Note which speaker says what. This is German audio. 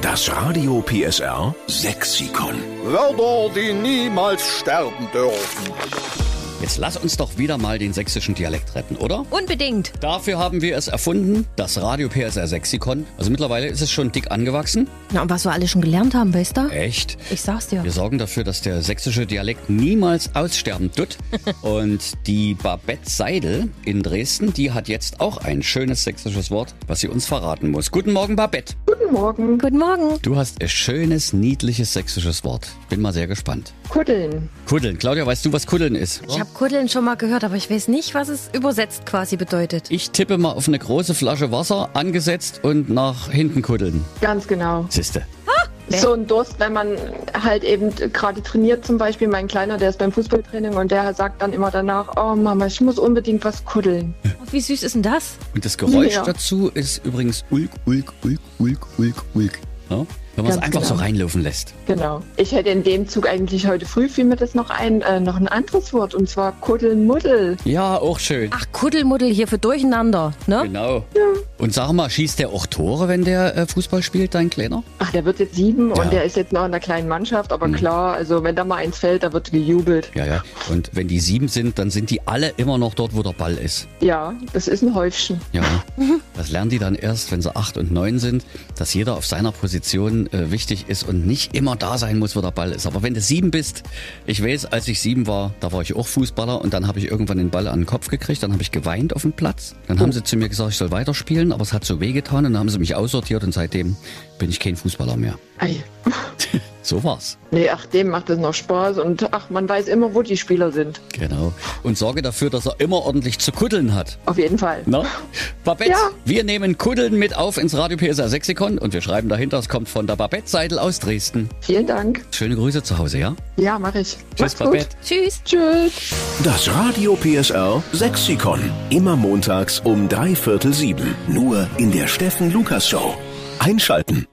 Speaker 1: Das Radio PSR Sexikon.
Speaker 2: Wörter, die niemals sterben dürfen.
Speaker 3: Jetzt lass uns doch wieder mal den sächsischen Dialekt retten, oder?
Speaker 4: Unbedingt.
Speaker 3: Dafür haben wir es erfunden, das Radio PSR Sexikon. Also mittlerweile ist es schon dick angewachsen.
Speaker 4: Na, und was wir alle schon gelernt haben, weißt du?
Speaker 3: Echt?
Speaker 4: Ich sag's dir.
Speaker 3: Wir sorgen dafür, dass der sächsische Dialekt niemals aussterben tut. Und die Babette Seidel in Dresden, die hat jetzt auch ein schönes sächsisches Wort, was sie uns verraten muss. Guten Morgen, Babette.
Speaker 5: Morgen
Speaker 4: Guten Morgen.
Speaker 3: Du hast ein schönes, niedliches sächsisches Wort. Ich bin mal sehr gespannt.
Speaker 5: kuddeln.
Speaker 3: Kuddeln. Claudia, weißt du, was Kuddeln ist?
Speaker 4: Ich habe Kuddeln schon mal gehört, aber ich weiß nicht, was es übersetzt quasi bedeutet.
Speaker 3: Ich tippe mal auf eine große Flasche Wasser, angesetzt und nach hinten kuddeln.
Speaker 5: Ganz genau.
Speaker 3: Siste.
Speaker 5: So ein Durst, wenn man halt eben gerade trainiert, zum Beispiel mein Kleiner, der ist beim Fußballtraining und der sagt dann immer danach, oh Mama, ich muss unbedingt was kuddeln.
Speaker 4: Oh, wie süß ist denn das?
Speaker 3: Und das Geräusch
Speaker 5: Ja.
Speaker 3: dazu ist übrigens Ulk, Ulk, Ulk, Ulk, Ulk, Ulk. Ja? Wenn man es
Speaker 5: Ganz
Speaker 3: einfach so
Speaker 5: genau.
Speaker 3: reinlaufen lässt.
Speaker 5: Genau. Ich hätte in dem Zug eigentlich heute früh fiel mir das noch ein, äh, noch ein anderes Wort und zwar Kuddelmuddel.
Speaker 3: Ja, auch schön.
Speaker 4: Ach, Kuddelmuddel hier für Durcheinander, ne?
Speaker 3: Genau. Und sag mal, schießt der auch Tore, wenn der äh, Fußball spielt, dein Kleiner?
Speaker 5: Ach, der wird jetzt sieben
Speaker 3: Ja. Mhm.
Speaker 5: und der ist jetzt noch in der kleinen Mannschaft, aber klar, also wenn da mal eins fällt, da wird gejubelt.
Speaker 3: Ja, ja. Und wenn die sieben sind, dann sind die alle immer noch dort, wo der Ball ist.
Speaker 5: Ja, das ist ein Häufchen.
Speaker 3: Ja. Das lernen die dann erst, wenn sie acht und neun sind, dass jeder auf seiner Position äh, wichtig ist und nicht immer da sein muss, wo der Ball ist. Aber wenn du sieben bist, ich weiß, als ich sieben war, da war ich auch Fußballer und dann habe ich irgendwann den Ball an den Kopf gekriegt, dann habe ich geweint auf dem Platz. Dann haben sie zu mir gesagt, ich soll weiterspielen, aber es hat so wehgetan und dann haben sie mich aussortiert und seitdem bin ich kein Fußballer mehr.
Speaker 5: Ei.
Speaker 3: So war's.
Speaker 5: Nee, ach, dem macht es noch Spaß und ach, man weiß immer, wo die Spieler sind.
Speaker 3: Genau. Und sorge dafür, dass er immer ordentlich zu kuddeln hat.
Speaker 5: Auf jeden Fall.
Speaker 3: Na? Babette,
Speaker 5: Ja.
Speaker 3: wir nehmen Kuddeln mit auf ins Radio PSR Sexikon und wir schreiben dahinter, es kommt von der Babette Seidel aus Dresden.
Speaker 5: Vielen Dank.
Speaker 3: Schöne Grüße zu Hause, ja?
Speaker 5: Ja, mache ich.
Speaker 3: Tschüss, Babette.
Speaker 4: Tschüss.
Speaker 5: Tschüss.
Speaker 1: Das Radio PSR Sexikon. Immer montags um drei Viertel sieben. Nur in der Steffen Lukas Show. Einschalten.